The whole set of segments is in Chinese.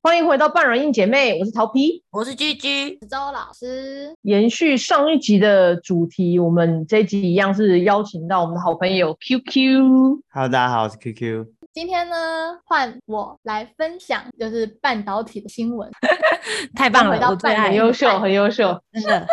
欢迎回到半软硬姐妹，我是桃皮。我是居居，周老师，延续上一集的主题，我们这一集一样是邀请到我们的好朋友 QQ。 Hello，大家好，我是 QQ。今天呢换我来分享就是半导体的新闻。 太棒回到了，我最半很爱，年优秀，很优秀。真 的。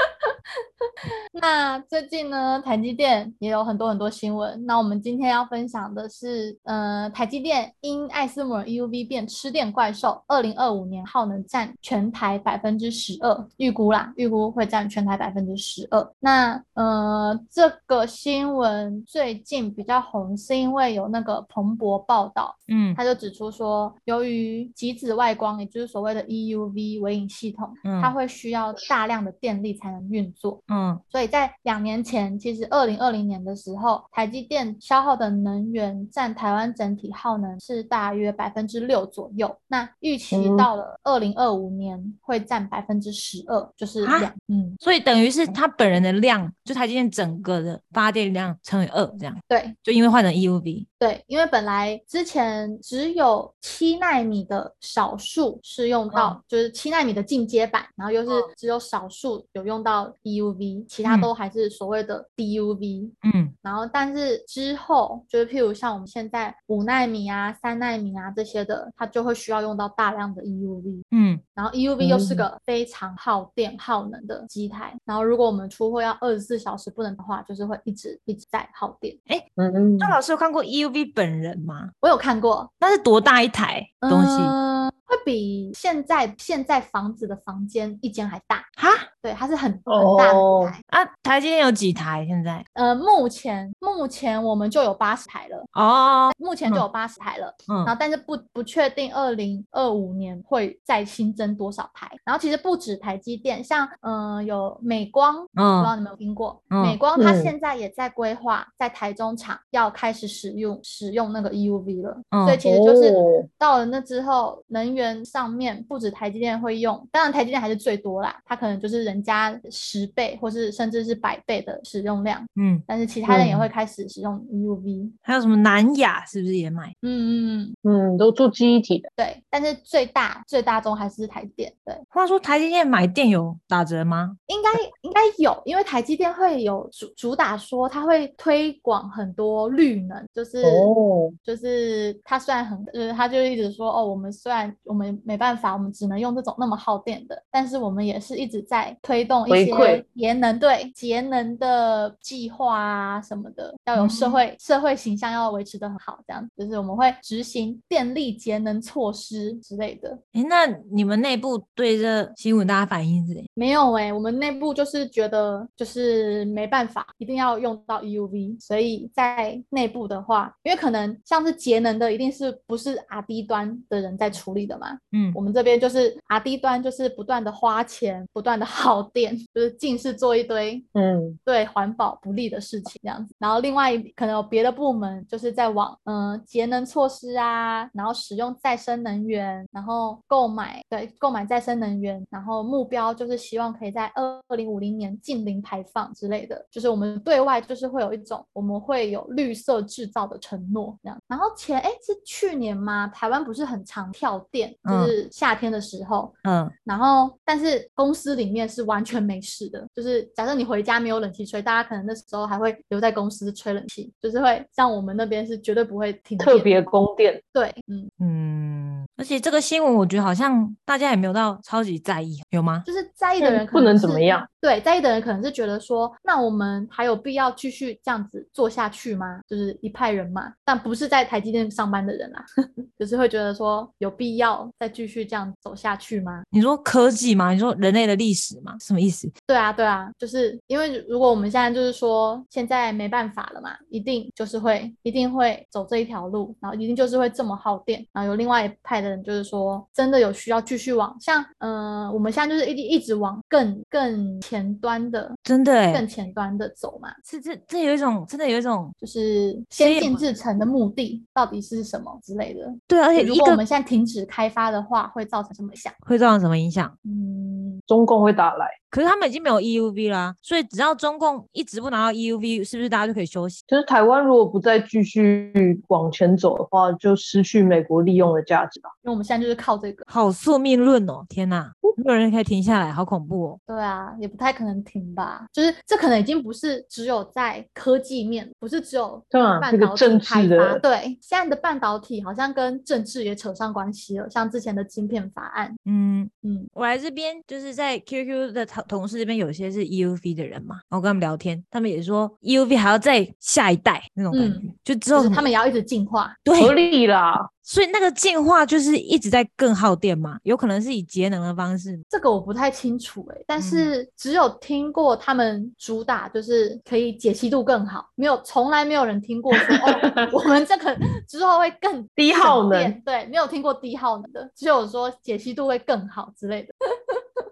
那最近呢，台积电也有很多很多新闻。那我们今天要分享的是，呃，台积电因艾斯摩尔 EUV 变吃电怪兽，二零二五年耗能占全台百分之十二，预估啦，预估会占全台百分之十二。那呃，这个新闻最近比较红，是因为有那个彭博报道，嗯他就指出说，由于极紫外光，也就是所谓的 EUV 微影系统，嗯它会需要大量的电力才能运作。嗯所以在两年前，其实二零二零年的时候，台积电消耗的能源占台湾整体耗能是大约百分之六左右。那预期嗯到了二零二五年会占百分之十二，就是啊两嗯，所以等于是他本人的量，就台积电整个的发电量乘以二，这样对，就因为换成 E EUV，对，因为本来之前只有七纳米的少数是用到，就是七纳米的进阶版，然后又是只有少数有用到 EUV，其他嗯都还是所谓的 DUV。嗯然后，但是之后就是譬如像我们现在五纳米啊、三纳米啊这些的，它就会需要用到大量的 EUV。嗯然后 EUV 又是嗯个非常耗电耗能的机台，然后如果我们出货要二十四小时不能的话，就是会一直一直在耗电。嗯，周老师有看过 EUV 本人吗？我有看过，那是多大一台东西？嗯会比现在现在房子的房间一间还大。哈对，它是很很大的舞哦台。啊，台积电有几台现在？呃，目前目前我们就有八十台了，哦，目前就嗯有八十台了。嗯然后，但是不不确定二零二五年会再新增多少台。然后其实不止台积电，像嗯、呃有美光。不知道嗯你们有没有听过，嗯美光它嗯现在也在规划在台中厂要开始使用使用那个 EUV 了，嗯所以其实就是哦到了那之后，能源上面不止台积电会用，当然台积电还是最多啦，它可能就是人家十倍或是甚至是百倍的使用量，嗯，但是其他人也嗯会开始使用 E EUV。还有什么南亚是不是也买？嗯嗯，嗯，嗯，都做记忆体的。对，但是最大最大宗还是台积电，对，话说台积电买电有打折吗？应该应该有，因为台积电会有主主打说它会推广很多绿能，就是。哦，就是他虽然很，就是他就一直说哦，我们虽然我们没办法，我们只能用这种那么耗电的，但是我们也是一直在推动一回些馈节能对节能的计划啊什么的，要有嗯社会、社会形象要维持的很好，这样就是我们会执行电力节能措施之类的。诶，那你们内部对这新闻大家反应是怎样？没有欸诶、我们内部就是觉得就是没办法，一定要用到 EUV，所以在内部的话，因为可能像是节能的，一定是不是 R D 端的人在处理的嘛？嗯我们这边就是 R D 端就是不断的花钱，不断的耗电， 就是尽是做一堆嗯，对环保不利的事情这样子。然后另外一可能有别的部门就是在往嗯、呃节能措施啊，然后使用再生能源，然后购买对购买再生能源，然后目标就是希望可以在二零五零年近零排放之类的。就是我们对外就是会有一种我们会有绿色制造的承诺这样。然后前哎是去年吗？台湾不是很常跳电，就嗯是夏天的时候，嗯然后，但是公司里面是完全没事的，就是假设你回家没有冷气吹，大家可能那时候还会留在公司吹冷气，就是会像我们那边是绝对不会停电特别供电。对，嗯，嗯，而且这个新闻我觉得好像大家也没有到超级在意，有吗？就是在意的嗯人可不能怎是么样，对，在意的人可能是觉得说，那我们还有必要继续这样子做下去吗？就是一派人嘛，但不是在台积电上班的人啦、啊 就是会觉得说有必要再继续这样走下去吗？你说科技吗？你说人类的历史吗？什么意思？对啊，对啊，就是因为如果我们现在就是说现在没办法了嘛，一定就是会一定会走这一条路，然后一定就是会这么耗电。然后有另外一派的人就是说，真的有需要继续往像嗯、呃我们现在就是一直一直往更更前端的真的哎、更前端的走嘛，是这这有一种真的有一种就是所以先进我制程的目的到底是什么之类的。对，而且如一果我个们现在停止开发的话，会造成什么影响？会造成什么影响？嗯，中共会打来，可是他们已经没有 EUV 啦、所以只要中共一直不拿到 EUV，是不是大家就可以休息？就是台湾如果不再继续往前走的话，就失去美国利用的价值吧。因为我们现在就是靠这个。好宿命论哦！天哪，没有人可以停下来，好恐怖哦！对啊，也不太可能停吧。就是这可能已经不是只有在科技面，不是只有对啊，这半个导体政开治发。的对，现在的半导体好像跟政治也扯上关系了，像之前的晶片法案，嗯，嗯，我来这边就是在 QQ 的同同事这边，有些是 EUV 的人嘛，然后我跟他们聊天，他们也说 EUV 还要再下一代那种感觉，就之嗯就后是什么他们也要一直进化。对，合理啦。所以那个进化就是一直在更耗电嘛，有可能是以节能的方式。这个我不太清楚哎、但嗯是只有听过他们主打就是可以解析度更好，没有从来没有人听过说 哦，我们这个之后会更低省耗能电，对，没有听过低耗能的，只有说解析度会更好之类的。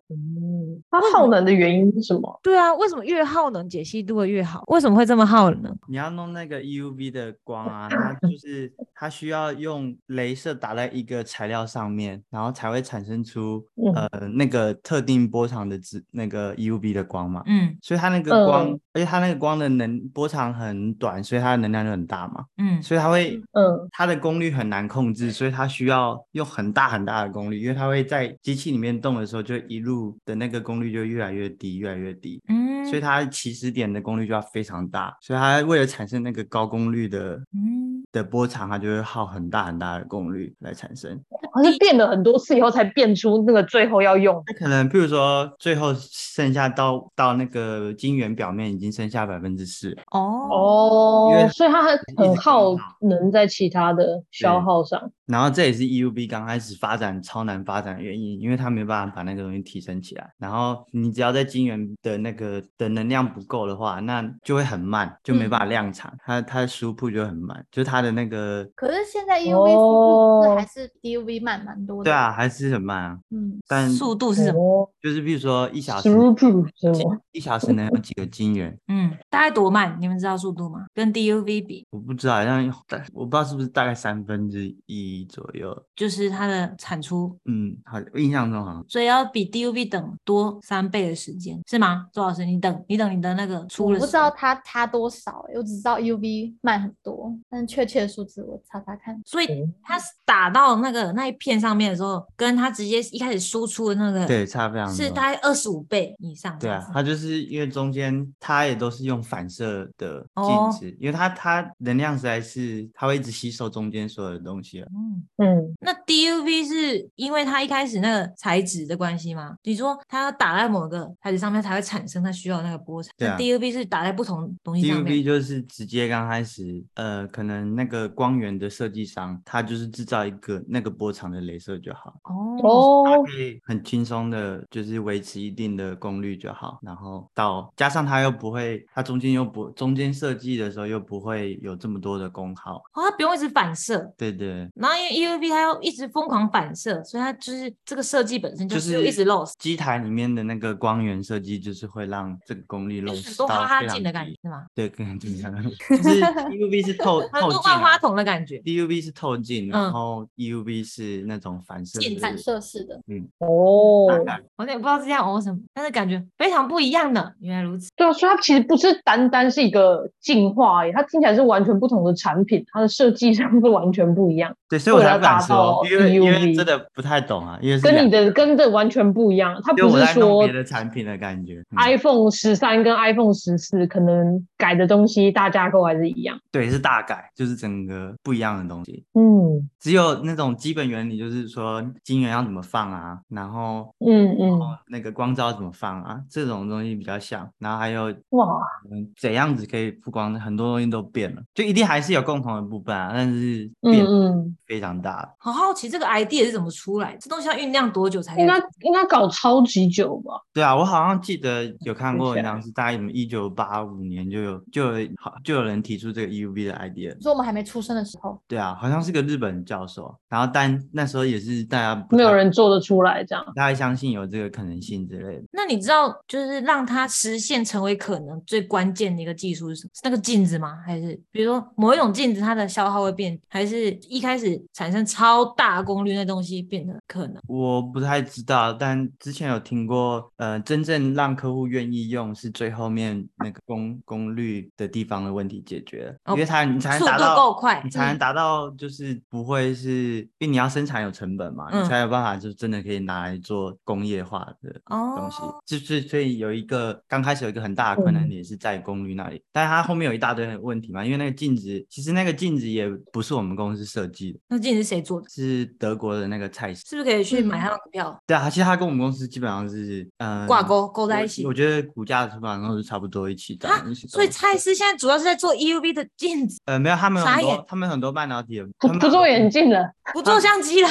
嗯，它耗能的原因是什么？对啊，为什么越耗能解析度会越好？为什么会这么耗能？你要弄那个 EUV 的光啊，它就是它需要用镭射打在一个材料上面，然后才会产生出嗯，呃那个特定波长的紫那个 EUV 的光嘛。嗯所以它那个光，而且它那个光的能波长很短，所以它的能量就很大嘛，嗯所以它会嗯，它的功率很难控制，所以它需要用很大很大的功率，因为它会在机器里面动的时候，就一路的那个功率就越来越低，越来越低。嗯所以它起始点的功率就要非常大，所以它为了产生那个高功率的嗯，的波长，它就会耗很大很大的功率来产生。它是变了很多次以后才变出那个最后要用的。那可能譬如说最后剩下到到那个晶圆表面已经剩下百分之四，哦，哦因为，所以它很一直啊很耗更耗能在其他的消耗上。然后这也是 EUB 刚开始发展超难发展的原因，因为它没办法把那个东西提升起来。然后你只要在晶圆的那个的能量不够的话，那就会很慢，就没办嗯法量产，它它的输出就很慢，就是它的那个。可是现在 EUV 速度是哦还是 DUV 慢蛮多的。对啊，，还是很慢啊，嗯，但速度是什么？哦就是啊比如说一小时， ，throughput 是吗？一小时能有几个晶圆？嗯，大概多慢？你们知道速度吗？跟 DUV 比，我不知道，好像大我不知道是不是大概三分之一左右。就是它的产出，嗯，好，印象中好像所以要比 DUV 等多三倍的时间，是吗？周老师，你等，你等你的那个出我了，不知道，它差多少、欸，我只知道 UV 慢很多，但确切的数字我查查看。所以嗯它打到那个那一片上面的时候，跟它直接一开始输出的那个对，差非常嗯多。是大概二十五倍以上这对样啊子。，它就是因为中间它也都是用反射的哦镜子，因为它它能量实在是它会一直吸收中间所有的东西了。嗯，嗯，那 DUV 是因为它一开始那个材质的关系吗？你说它要打在某个材质上面才会产生它需要的那个波长，对那啊 DUV 是打在不同东西上 DUV 面。就是直接刚开始，呃，可能那个光源的设计商，他就是制造一个那个波长的镭射就好，哦，它哦，可以很轻松的，就是维持一定的功率就好。然后到加上它又不会，它中间又不中间设计的时候又不会有这么多的功耗。哦，它不用一直反射。对对，然后因为 EUV 它要一直疯狂反射，所以它就是这个设计本身就只有是一直 loss，机台里面的那个光源设计，就是会让这个功率就 loss 是很多到哈哈非常镜的感觉低。是吗？对，跟就是 DUV 是透很透多镜万花啊筒的感觉。 ，DUV 是透镜，嗯然后 EUV 是那种反射镜的反射式的，哦，我也不知道是在哦什么，但是感觉非常不一样的。原来如此，对啊，所以它其实不是单单是一个进化欸而已，它听起来是完全不同的产品，它的设计上是完全不一样，对，所以我为了才不敢达到说，因为因 E 为 EUV 真的不太懂啊，因为是跟两你的跟这完全不一样。它就不我是在弄说哎别的嗯产品的感觉。嗯 iPhone 十三跟 iPhone 十四可能改的东西大架构还是一样。对，是大改，就是整个不一样的东西。嗯只有那种基本原理，就是说晶圆要怎么放啊，然后哦嗯嗯，那个光照怎么放啊，这种东西比较像。然后还有哇，嗯，怎样子可以曝光，很多东西都变了，就一定还是有共同的部分啊，但是变嗯非常大。好好奇这个 idea 是怎么出来？这东西要酝酿多久才嗯，可以应？该应该搞超级久吧？对啊，我好像记得有看过听起文来章，是大概什么一九八五年就有就有好就有人提出这个 EUV 的 idea 你。说我们还没出生的时候，对啊，好像是个日本教授，然后但那时候也是大家不没有太人做得出来这样。不太相信有这个可能性之类的。那你知道，就是让它实现成为可能最关键的一个技术是什么？是那个镜子吗？还是比如说某一种镜子它的消耗会变，还是一开始产生超大功率那东西变得可能。我不太知道，但之前有听过，呃，真正让客户愿意用是最后面那个功功率的地方的问题解决了，哦因为它你才速能达度到够快嗯你才能达到就是不会是，因为你要生产有成本嘛，嗯你才有办法就真的可以拿来做工业化的东西哦。就是所以有一个刚开始有一个很大的困难嗯点是在功率那里，但是它后面有一大堆问题嘛，因为那个镜子其实那个镜子也不是我们公司设计的，那这是谁做的？是德国的那个蔡司。是不是可以去买嗯他的股票、对啊，其实它跟我们公司基本上是嗯挂钩勾我在一起我？觉得股价基本上都是差不多一起涨啊，一起所以动蔡司现在主要是在做 EUV 的镜子，呃没有，他们有傻很眼多，他们很多半导体的，啊不他们不做眼镜了，不啊做相机了。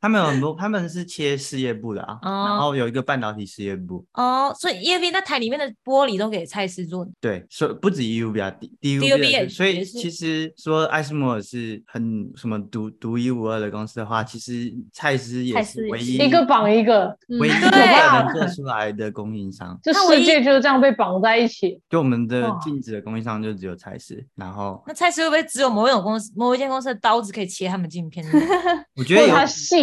他们有很多，他们是切事业部的啊，然哦后有一个半导体事业部，哦，所以 EUV 那台里面的玻璃都给蔡司做的。对，所以不止 EUV 啊，D- DUV 的 DUV 也所以也是其实说艾斯摩尔是很什么独独一无二的公司的话，其实蔡司也蔡是司也唯是一一个绑一个，嗯唯一一对个能做出来的供应商，这他唯一世界就是这样被绑在一起。就我们的哇镜子的供应商就只有蔡司，然后那蔡司会不会只有某一种公司、某一间公司的刀子可以切他们镜片？我觉因 得为有它细，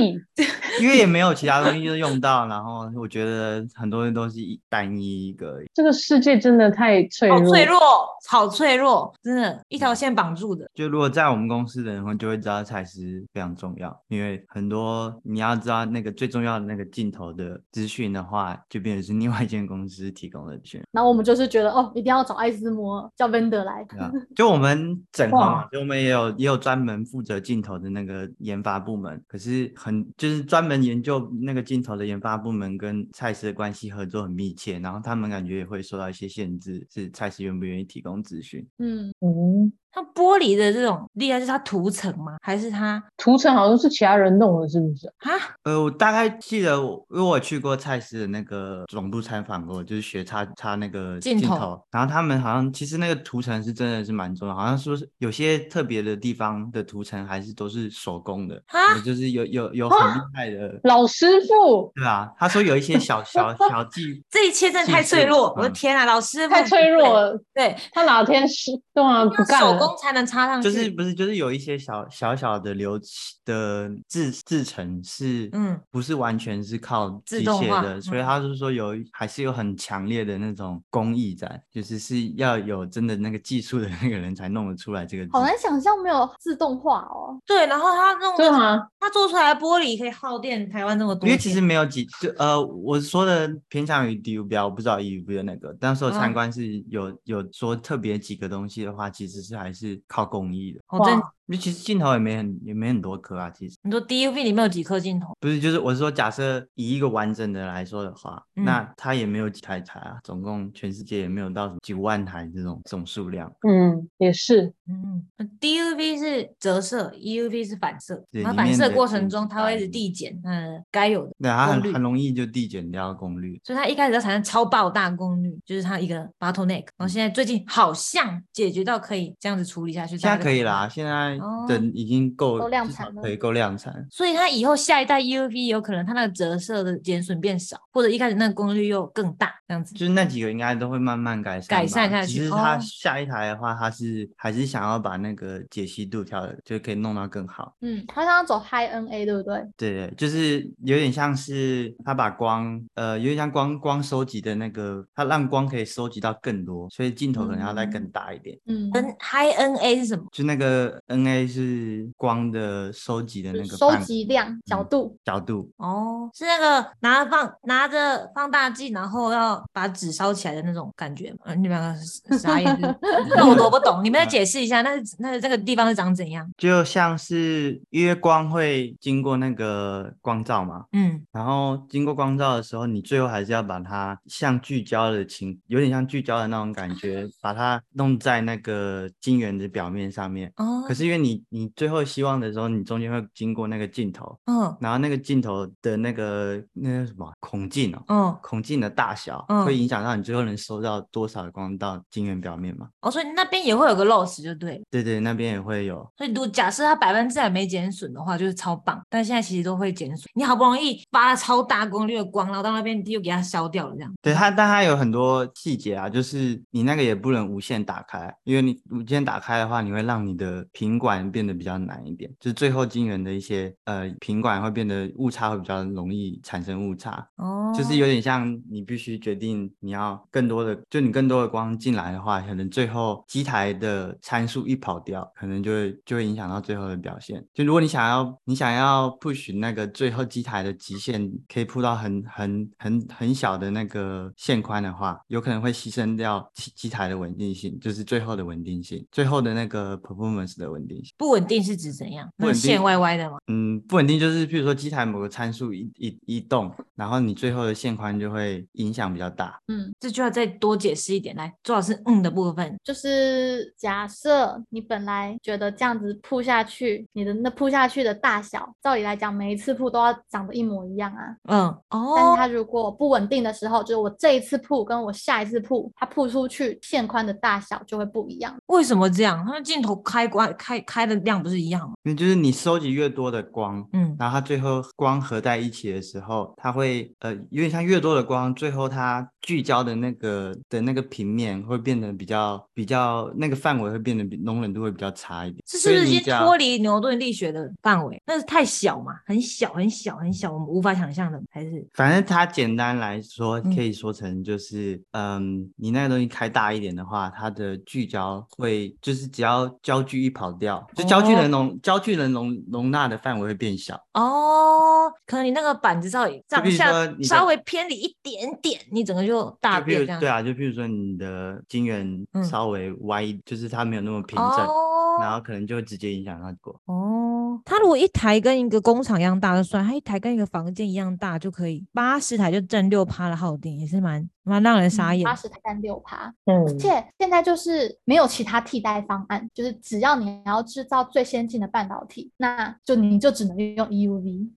因为也没有其他东西就用到，然后我觉得很多人都是一单一一个而已，这个世界真的太脆好弱。脆弱，哦好脆弱，哦真的，一条线绑住的。就如果在我们公司的人就会知道蔡司非常重要，因为很多你要知道那个最重要的那个镜头的资讯的话，就变成是另外一间公司提供的资讯。然后我们就是觉得哦，一定要找艾斯摩叫 vendor 来，对啊，就我们整合嘛哇，就我们也有也有专门负责镜头的那个研发部门，可是很就是专门研究那个镜头的研发部门跟蔡司的关系合作很密切，然后他们感觉也会受到一些限制，是蔡司愿不愿意提供资讯？嗯，嗯，它玻璃的这种厉害是它涂层吗？还是它涂层好像是其他人弄的，是不是？啊？呃，我大概记得我，因为我去过蔡司的那个总部参访过，就是学插插那个镜镜头然后他们好像其实那个涂层是真的是蛮重要，好像说是有些特别的地方的涂层还是都是手工的，啊就是有有有很厉害的，老师傅对啊，他说有一些 小小小技，这一切真的太是脆是弱！我的嗯天啊，老师太脆弱，了，对，他哪天是对嗯啊不要干手了？工才能插上去，就是不是就是有一些小小小的流的制制成是嗯不是完全是靠自机动械化的，所以嗯他就是说有一还是有很强烈的那种工艺在，就是是要有真的那个技术的那个人才弄得出来这个。好难想象没有自动化哦，对，然后它弄对啊的吗？它做出来的玻璃可以耗电台湾这么多因电，为其实没有几，就呃，我说的偏向于 DU 标，我不知道 EU 标那个。但是我参嗯观是有、有说特别几个东西的话，其实是还是靠工艺的。好震哇因为其实镜头也没很也没很多颗啊，其实你说 DUV 里面有几颗镜头？不是，就是我是说，假设以一个完整的来说的话，嗯那它也没有几台台啊，总共全世界也没有到什么几万台这种这种数量。嗯，也是，嗯，DUV 是折射，EUV 是反射，对然后里反面射的过程镜中它大会一于直递减，嗯，该有的。对，它功率很很容易就递减掉功率。所以它一开始要产生超爆大功率，就是它一个 bottleneck，然后嗯现在最近好像解决到可以这样子处理下去，现在大家就可以啦，。现在哦等已经够够量至少产了可以够量产。所以它以后下一代 EUV 有可能它那个折射的减损变少，或者一开始那个功率又更大，这样子。就是那几个应该都会慢慢改善吧，改善下去只是它哦下一台的话，它是还是想要把那个解析度调的，就可以弄到更好。嗯，他想要走 high NA 对不对？对，就是有点像是它把光，呃，有点像光光收集的那个，它让光可以收集到更多，所以镜头可能要再更大一点。嗯， N High NA 是什么？就那个 N A 是光的收集的就那是个收范集量、角嗯度，角度，哦，是那个拿着放拿着放大镜，然后要把纸烧起来的那种感觉吗？呃你们两个是啥意思？ 那我都不懂，你嗯们再解释一下，那是那这个地方是长怎样？就像是因为光会经过那个光照嘛，嗯，然后经过光照的时候，你最后还是要把它像聚焦的情，有点像聚焦的那种感觉，把它弄在那个晶圆的表面上面。哦，可是因为你你最后希望的时候，你中间会经过那个镜头，嗯然后那个镜头的那个那个什么孔径哦，嗯孔径的大小嗯会影响到你最后能收到多少光到晶圆表面嘛？哦，所以那边也会有个 loss 就对了。对对，那边也会有。所以，如果假设它百分之百没减损的话，就是超棒。但现在其实都会减损，你好不容易发了超大功率的光，然后到那边又给它消掉了，这样。对它，但它有很多细啊节啊，就是你那个也不能无限打开，因为你无限打开的话，你会让你的苹管变得比较难一点，就是最后晶圆的一些呃品管会变得误差会比较容易产生误差，哦，就是有点像你必须决定你要更多的，就你更多的光进来的话，可能最后机台的参数一跑掉，可能就会就会影响到最后的表现。就如果你想要你想要 push 那个最后机台的极限可以铺到很很很很小的那个线宽的话，有可能会牺牲掉机机台的稳定性，就是最后的稳定性，最后的那个 performance 的稳定性。不稳定是指怎样？那不稳定线歪歪的吗？嗯，不稳定就是，譬如说机台某个参数一一一动，然后你最后的线宽就会影响比较大。嗯，这就要再多解释一点来，最好是嗯的部分。就是假设你本来觉得这样子铺下去，你的那铺下去的大小，照理来讲，每一次铺都要长得一模一样啊。嗯，但是哦，它如果不稳定的时候，就是我这一次铺跟我下一次铺，它铺出去线宽的大小就会不一样。为什么这样？他们镜头开关开开的量不是一样吗？那就是你收集越多的光，嗯，然后它最后光合在一起的时候，它会呃有点像越多的光，最后它聚焦的那个的那个平面会变得比较比较那个范围会变得比容忍度会比较差一点。这所是以不是你已只经要脱离牛顿力学的范围？那是太小嘛，很小很小很小，我们无法想象的，还是反正它简单来说，嗯可以说成就是，嗯，你那个东西开大一点的话，它的聚焦会就是只要焦距一跑掉，就焦距能容、焦距能容容纳的范围会变小。哦，可能你那个板子稍微上比如下说你的稍微偏离一点点，你整个就大就譬变如这样。对啊，就譬如说你的晶圆嗯稍微歪一，就是它没有那么平整，哦，然后可能就会直接影响到果。哦，它如果一台跟一个工厂一样大就算，它一台跟一个房间一样大就可以，八十台就占六趴的耗电，也是蛮蛮让人傻眼八。十台占六趴，嗯，而且现在就是没有其他替代方案，就是只要你要制造最先进的半导体，那就你就只能用 EUV。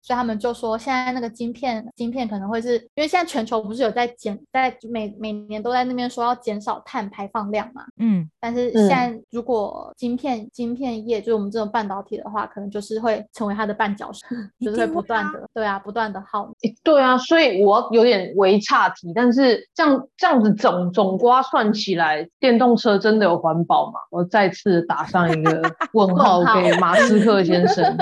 所以他们就说，现在那个晶片，晶片可能会是因为现在全球不是有在减，在每每年都在那边说要减少碳排放量嘛。嗯，但是现在如果晶片晶片业就是我们这种半导体的话，可能就是会成为它的绊脚石， 一就是会定不会断啊的对啊，不断的耗诶对啊，所以我有点微差题，但是这样这样子总总瓜算起来，电动车真的有环保吗？我再次打上一 个问号问号给马斯克先生。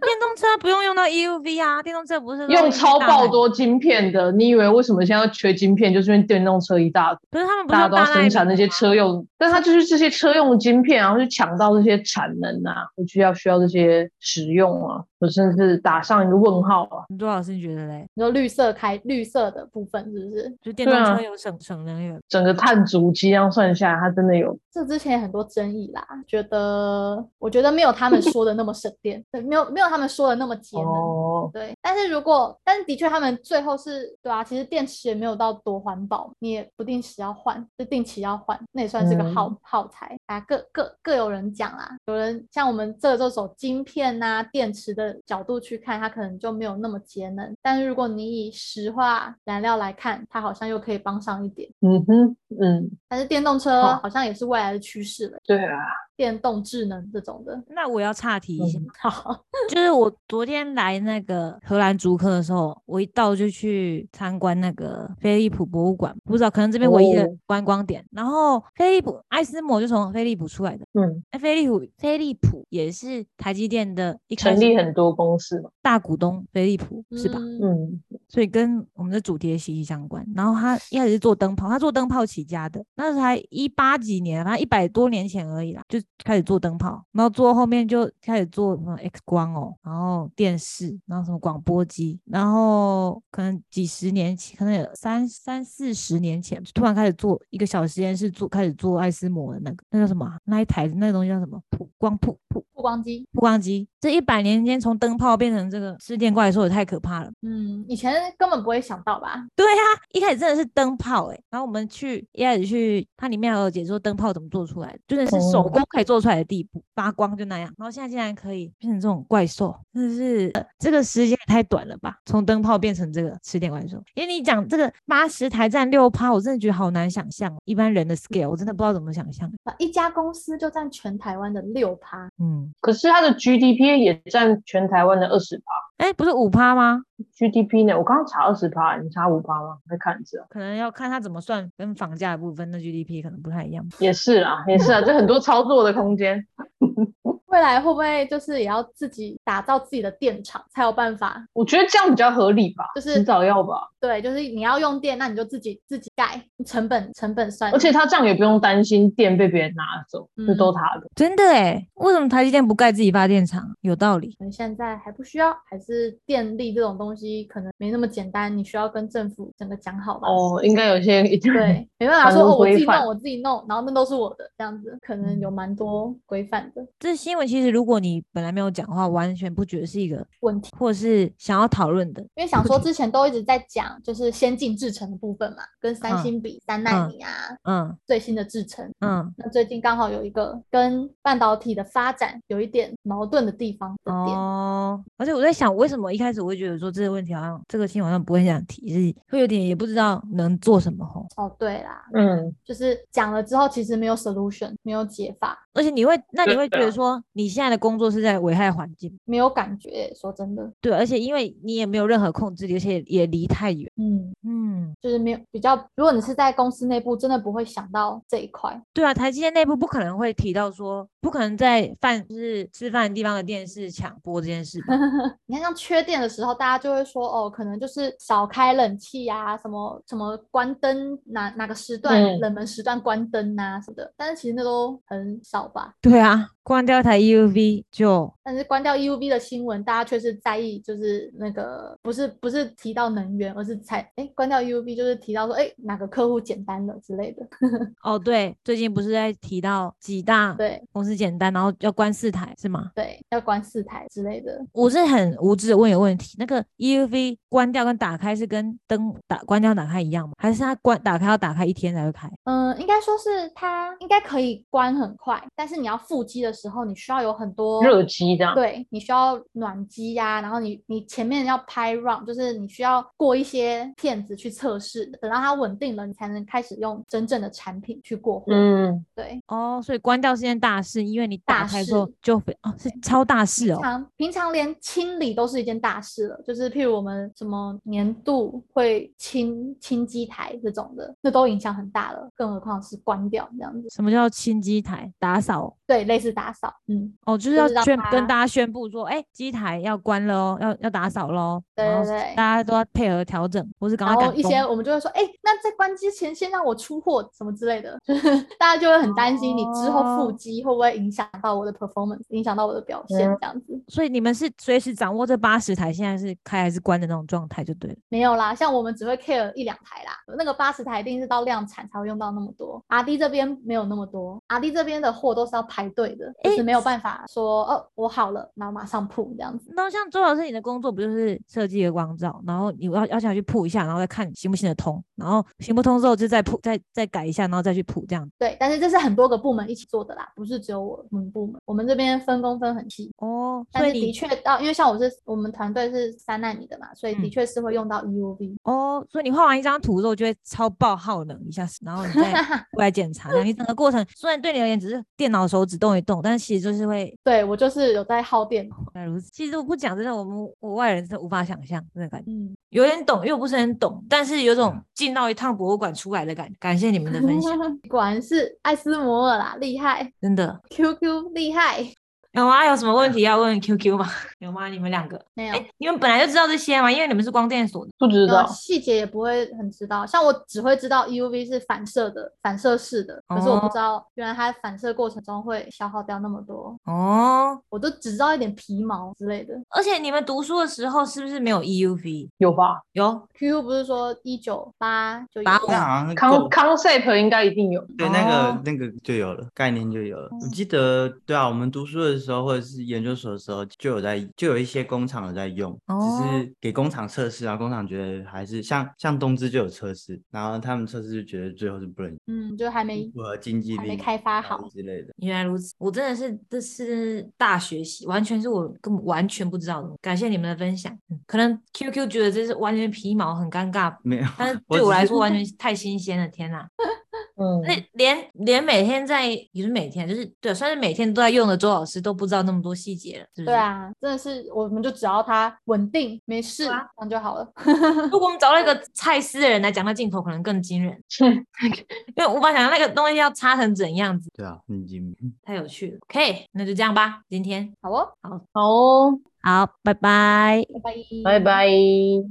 电动车不用用到 EUV 啊，电动车不是都用超爆一大台，多晶片的，你以为为什么现在缺晶片，就是因为电动车一大堆，不是他们不是大家用都要大生产纳那米些吗车用，但它就是这些车用的晶片，然后去抢到这些产能啊，我就要需要这些使用啊，我真的是打上一个问号啊。多老师你觉得嘞？你说绿色开绿色的部分是不是？就电对动车啊有省省能源，整个碳足迹这样算下来，它真的有这之前也很多争议啦，觉得我觉得没有他们说的那么省电，对，没有没有他们说的那么节能。哦，对，但是如果，但是的确，他们最后是对啊，其实电池也没有到多环保，你也不定时要换，就定期要换，那也算是个耗、耗材啊，各各各有人讲啦，有人像我们这这种晶片呐、电池的角度去看，它可能就没有那么节能，但是如果你以石化燃料来看，它好像又可以帮上一点，嗯哼，嗯，但是电动车好好像也是未来的趋势了，对啊，电动智能这种的，那我要岔题一下，嗯好，就是我昨天来那个荷兰竹科的时候，我一到就去参观那个飞利浦博物馆，不知道可能这边唯一的哦观光点。然后飞利浦艾斯摩就从飞利浦出来的，嗯，哎，飞利浦飞利浦也是台积电的一开成立始很多公司嘛，大股东，飞利浦是吧？嗯嗯，所以跟我们的主题也息息相关。然后他一开始是做灯泡，他做灯泡起家的，那是才一八几年，反正一百多年前而已啦，就开始做灯泡，然后做后面就开始做什么 X 光哦，然后电视，然后什么广播机，然后可能几十年前，可能有三三四十年前，就突然开始做一个小实验室，做开始做爱斯摩的那个，那叫什么啊、那一台那个东西叫什么？曝光曝曝曝光机，曝光机。这一百年间，从灯泡变成这个吃电怪兽，也太可怕了。嗯，以前根本不会想到吧？对啊，一开始真的是灯泡哎、然后我们去一开始去，它里面还有解说灯泡怎么做出来的，真的是手哦工可以做出来的地步，发光就那样。然后现在竟然可以变成这种怪兽，真的是、呃这个时间也太短了吧？从灯泡变成这个吃点怪兽，因为你讲这个八十台占六趴，我真的觉得好难想象哦一般人的 scale，我真的不知道怎么想象。啊一家公司就占全台湾的六趴，嗯，可是它的 GDP 也占全台湾的二十趴哎，不是五趴吗？ ，GDP 呢？我刚刚查二十趴，你查五趴吗？再看一次啊。可能要看它怎么算，跟房价的部分，那 GDP 可能不太一样。也是啦，也是啊，这很多操作的空间。未来会不会就是也要自己打造自己的电厂，才有办法？我觉得这样比较合理吧，就是迟早要吧。对，就是你要用电，那你就自己自己盖，成本成本算。而且他这样也不用担心电被别人拿走，嗯这都他的。真的哎，为什么台积电不盖自己发电厂？有道理。可能现在还不需要，还是电力这种东西可能没那么简单，你需要跟政府整个讲好吧。哦，应该有些已经嗯对，没办法反说而哦，我自己规范弄，我自己弄，然后那都是我的这样子，可能有蛮多规范的这新闻其实如果你本来没有讲话，完全不觉得是一个问题。或是想要讨论的，因为想说之前都一直在讲就是先进制程的部分嘛，跟三嗯星比三纳嗯米啊，嗯最新的制程。嗯，那最近刚好有一个跟半导体的发展有一点矛盾的地方的嗯点，哦，而且我在想，为什么一开始我会觉得说这个问题好像这个新闻好像不会想提，是会有点也不知道能做什么吼。哦，对啦，嗯，就是讲了之后其实没有 solution，没有解法，而且你会，那你对会觉啊得说你现在的工作是在危害环境，没有感觉。说真的，对，而且因为你也没有任何控制力，而且也离太远，嗯，嗯，就是没有比较。如果你是在公司内部，真的不会想到这一块。对啊，台积电内部不可能会提到说，不可能在饭就是吃饭的地方的电视抢播这件事吧你看，像缺电的时候，大家就会说哦，可能就是少开冷气啊，什么什么关灯，哪哪个时段、嗯冷门时段关灯啊什么的。但是其实那都很少吧。对啊，关掉台 EUV 就但是关掉 EUV 的新闻，大家却是在意，就是那个不是不是提到能源，而是才哎关掉 EUV 就是提到说哎哪个客户简单了之类的。 哦，对，最近不是在提到几大对公司简单，然后要关四台是吗？对，要关四台之类的。我是很无知的问一个问题，那个 EUV 关掉跟打开是跟灯打关掉打开一样吗？还是它关打开要打开一天才会开？嗯，应该说是它应该可以关很快，但是你要腹肌的时候，你需要有很多热机这样。哦对你需要暖机呀、然后你你前面要拍 round，就是你需要过一些片子去测试，等到它稳定了，你才能开始用真正的产品去过户。嗯，对，哦，所以关掉是件大事，因为你打大开之后事就会哦，是超大事平哦。常平常连清理都是一件大事了，就是譬如我们什么年度会清清机台这种的，那都影响很大了，更何况是关掉这样子。什么叫清机台打扫？对，类似打扫，嗯，哦，就是就要是让宣它跟大家宣布说，哎、机台要关了哦，要要打扫喽，对然后对对大家都要配合调整，或是赶然快后赶一些工我们就会说，哎、那在关机前先让我出货什么之类的，就是大家就会很担心你之后哦腹肌会不会影响到我的 performance，影响到我的表现嗯这样子。所以你们是随时掌握这八十台现在是开还是关的那种状态就对了。没有啦，像我们只会 care 一两台啦，那个八十台一定是到量产才会用到那么多。R D 这边没有那么多，R D 这边的货都是要排队的，就诶是没有办法说哦，我好了，然后马上铺这样子。那像周老师，你的工作不就是设计一个光照，然后你要要想去铺一下，然后再看行不行得通，然后行不通之后就再铺，再再改一下，然后再去铺这样。对，但是这是很多个部门一起做的啦，不是只有我们部门，我们这边分工分很细。哦，所以但是的你确到，因为像我是我们团队是三纳米的嘛，所以的嗯确是会用到 E EUV。哦，所以你画完一张图之后就会超爆耗能一下子，然后你再 过来检查这样。你整个过程虽然对你而言只是电脑手指动一动，但其实就是会对我就是有在耗电，原来如此。其实我不讲，真的，我们国外人真的无法想象那个感觉，嗯，有点懂，因为我不是很懂，但是有种进到一趟博物馆出来的感觉。感谢你们的分享， 果然是艾斯摩尔啦，厉害真的。 ，QQ 厉害，有吗？有什么问题要问 QQ 吗？ 有吗？你们两个，没有哎、。你们本来就知道这些吗？因为你们是光电所的。不知呃，道。细节也不会很知道，像我只会知道 EUV 是反射的，反射式的，可是我不哦知道原来它反射过程中会消耗掉那么多，哦，我都只知道一点皮毛之类的。 而且你们读书的时候是不是没有 EUV？有吧有 QQ 不是说一九八就有八那五了好像够？Con concept 应该一定有。对，那个、哦那个就有了，概念就有了。我记得，对啊，我们读书的时候或者是研究所的时候，就有在，就有一些工厂有在用，哦只是给工厂测试，然啊后工厂觉得还是像像东芝就有测试，然后他们测试就觉得最后是不能嗯，就还没符合经济还没力开发效益好之类的。原来如此，我真的是这是大学习，完全是我根本完全不知道的。感谢你们的分享，嗯可能 QQ 觉得这是完全皮毛，很尴尬，没有， 但是我对我只来是说完全太新鲜了。天哪！嗯，那连连每天在也是每天，就是对，啊算是每天都在用的周老师都不知道那么多细节了，是不是？对，啊，真的是我们就只要它稳定没事，对啊这样就好了。 如果我们找到一个蔡司的人来讲，那镜头可能更惊人，因为无法想象那个东西要擦成怎样子，对啊，很精太有趣了。OK，那就这样吧，今天好哦， 好哦，好，拜拜。拜拜，拜拜。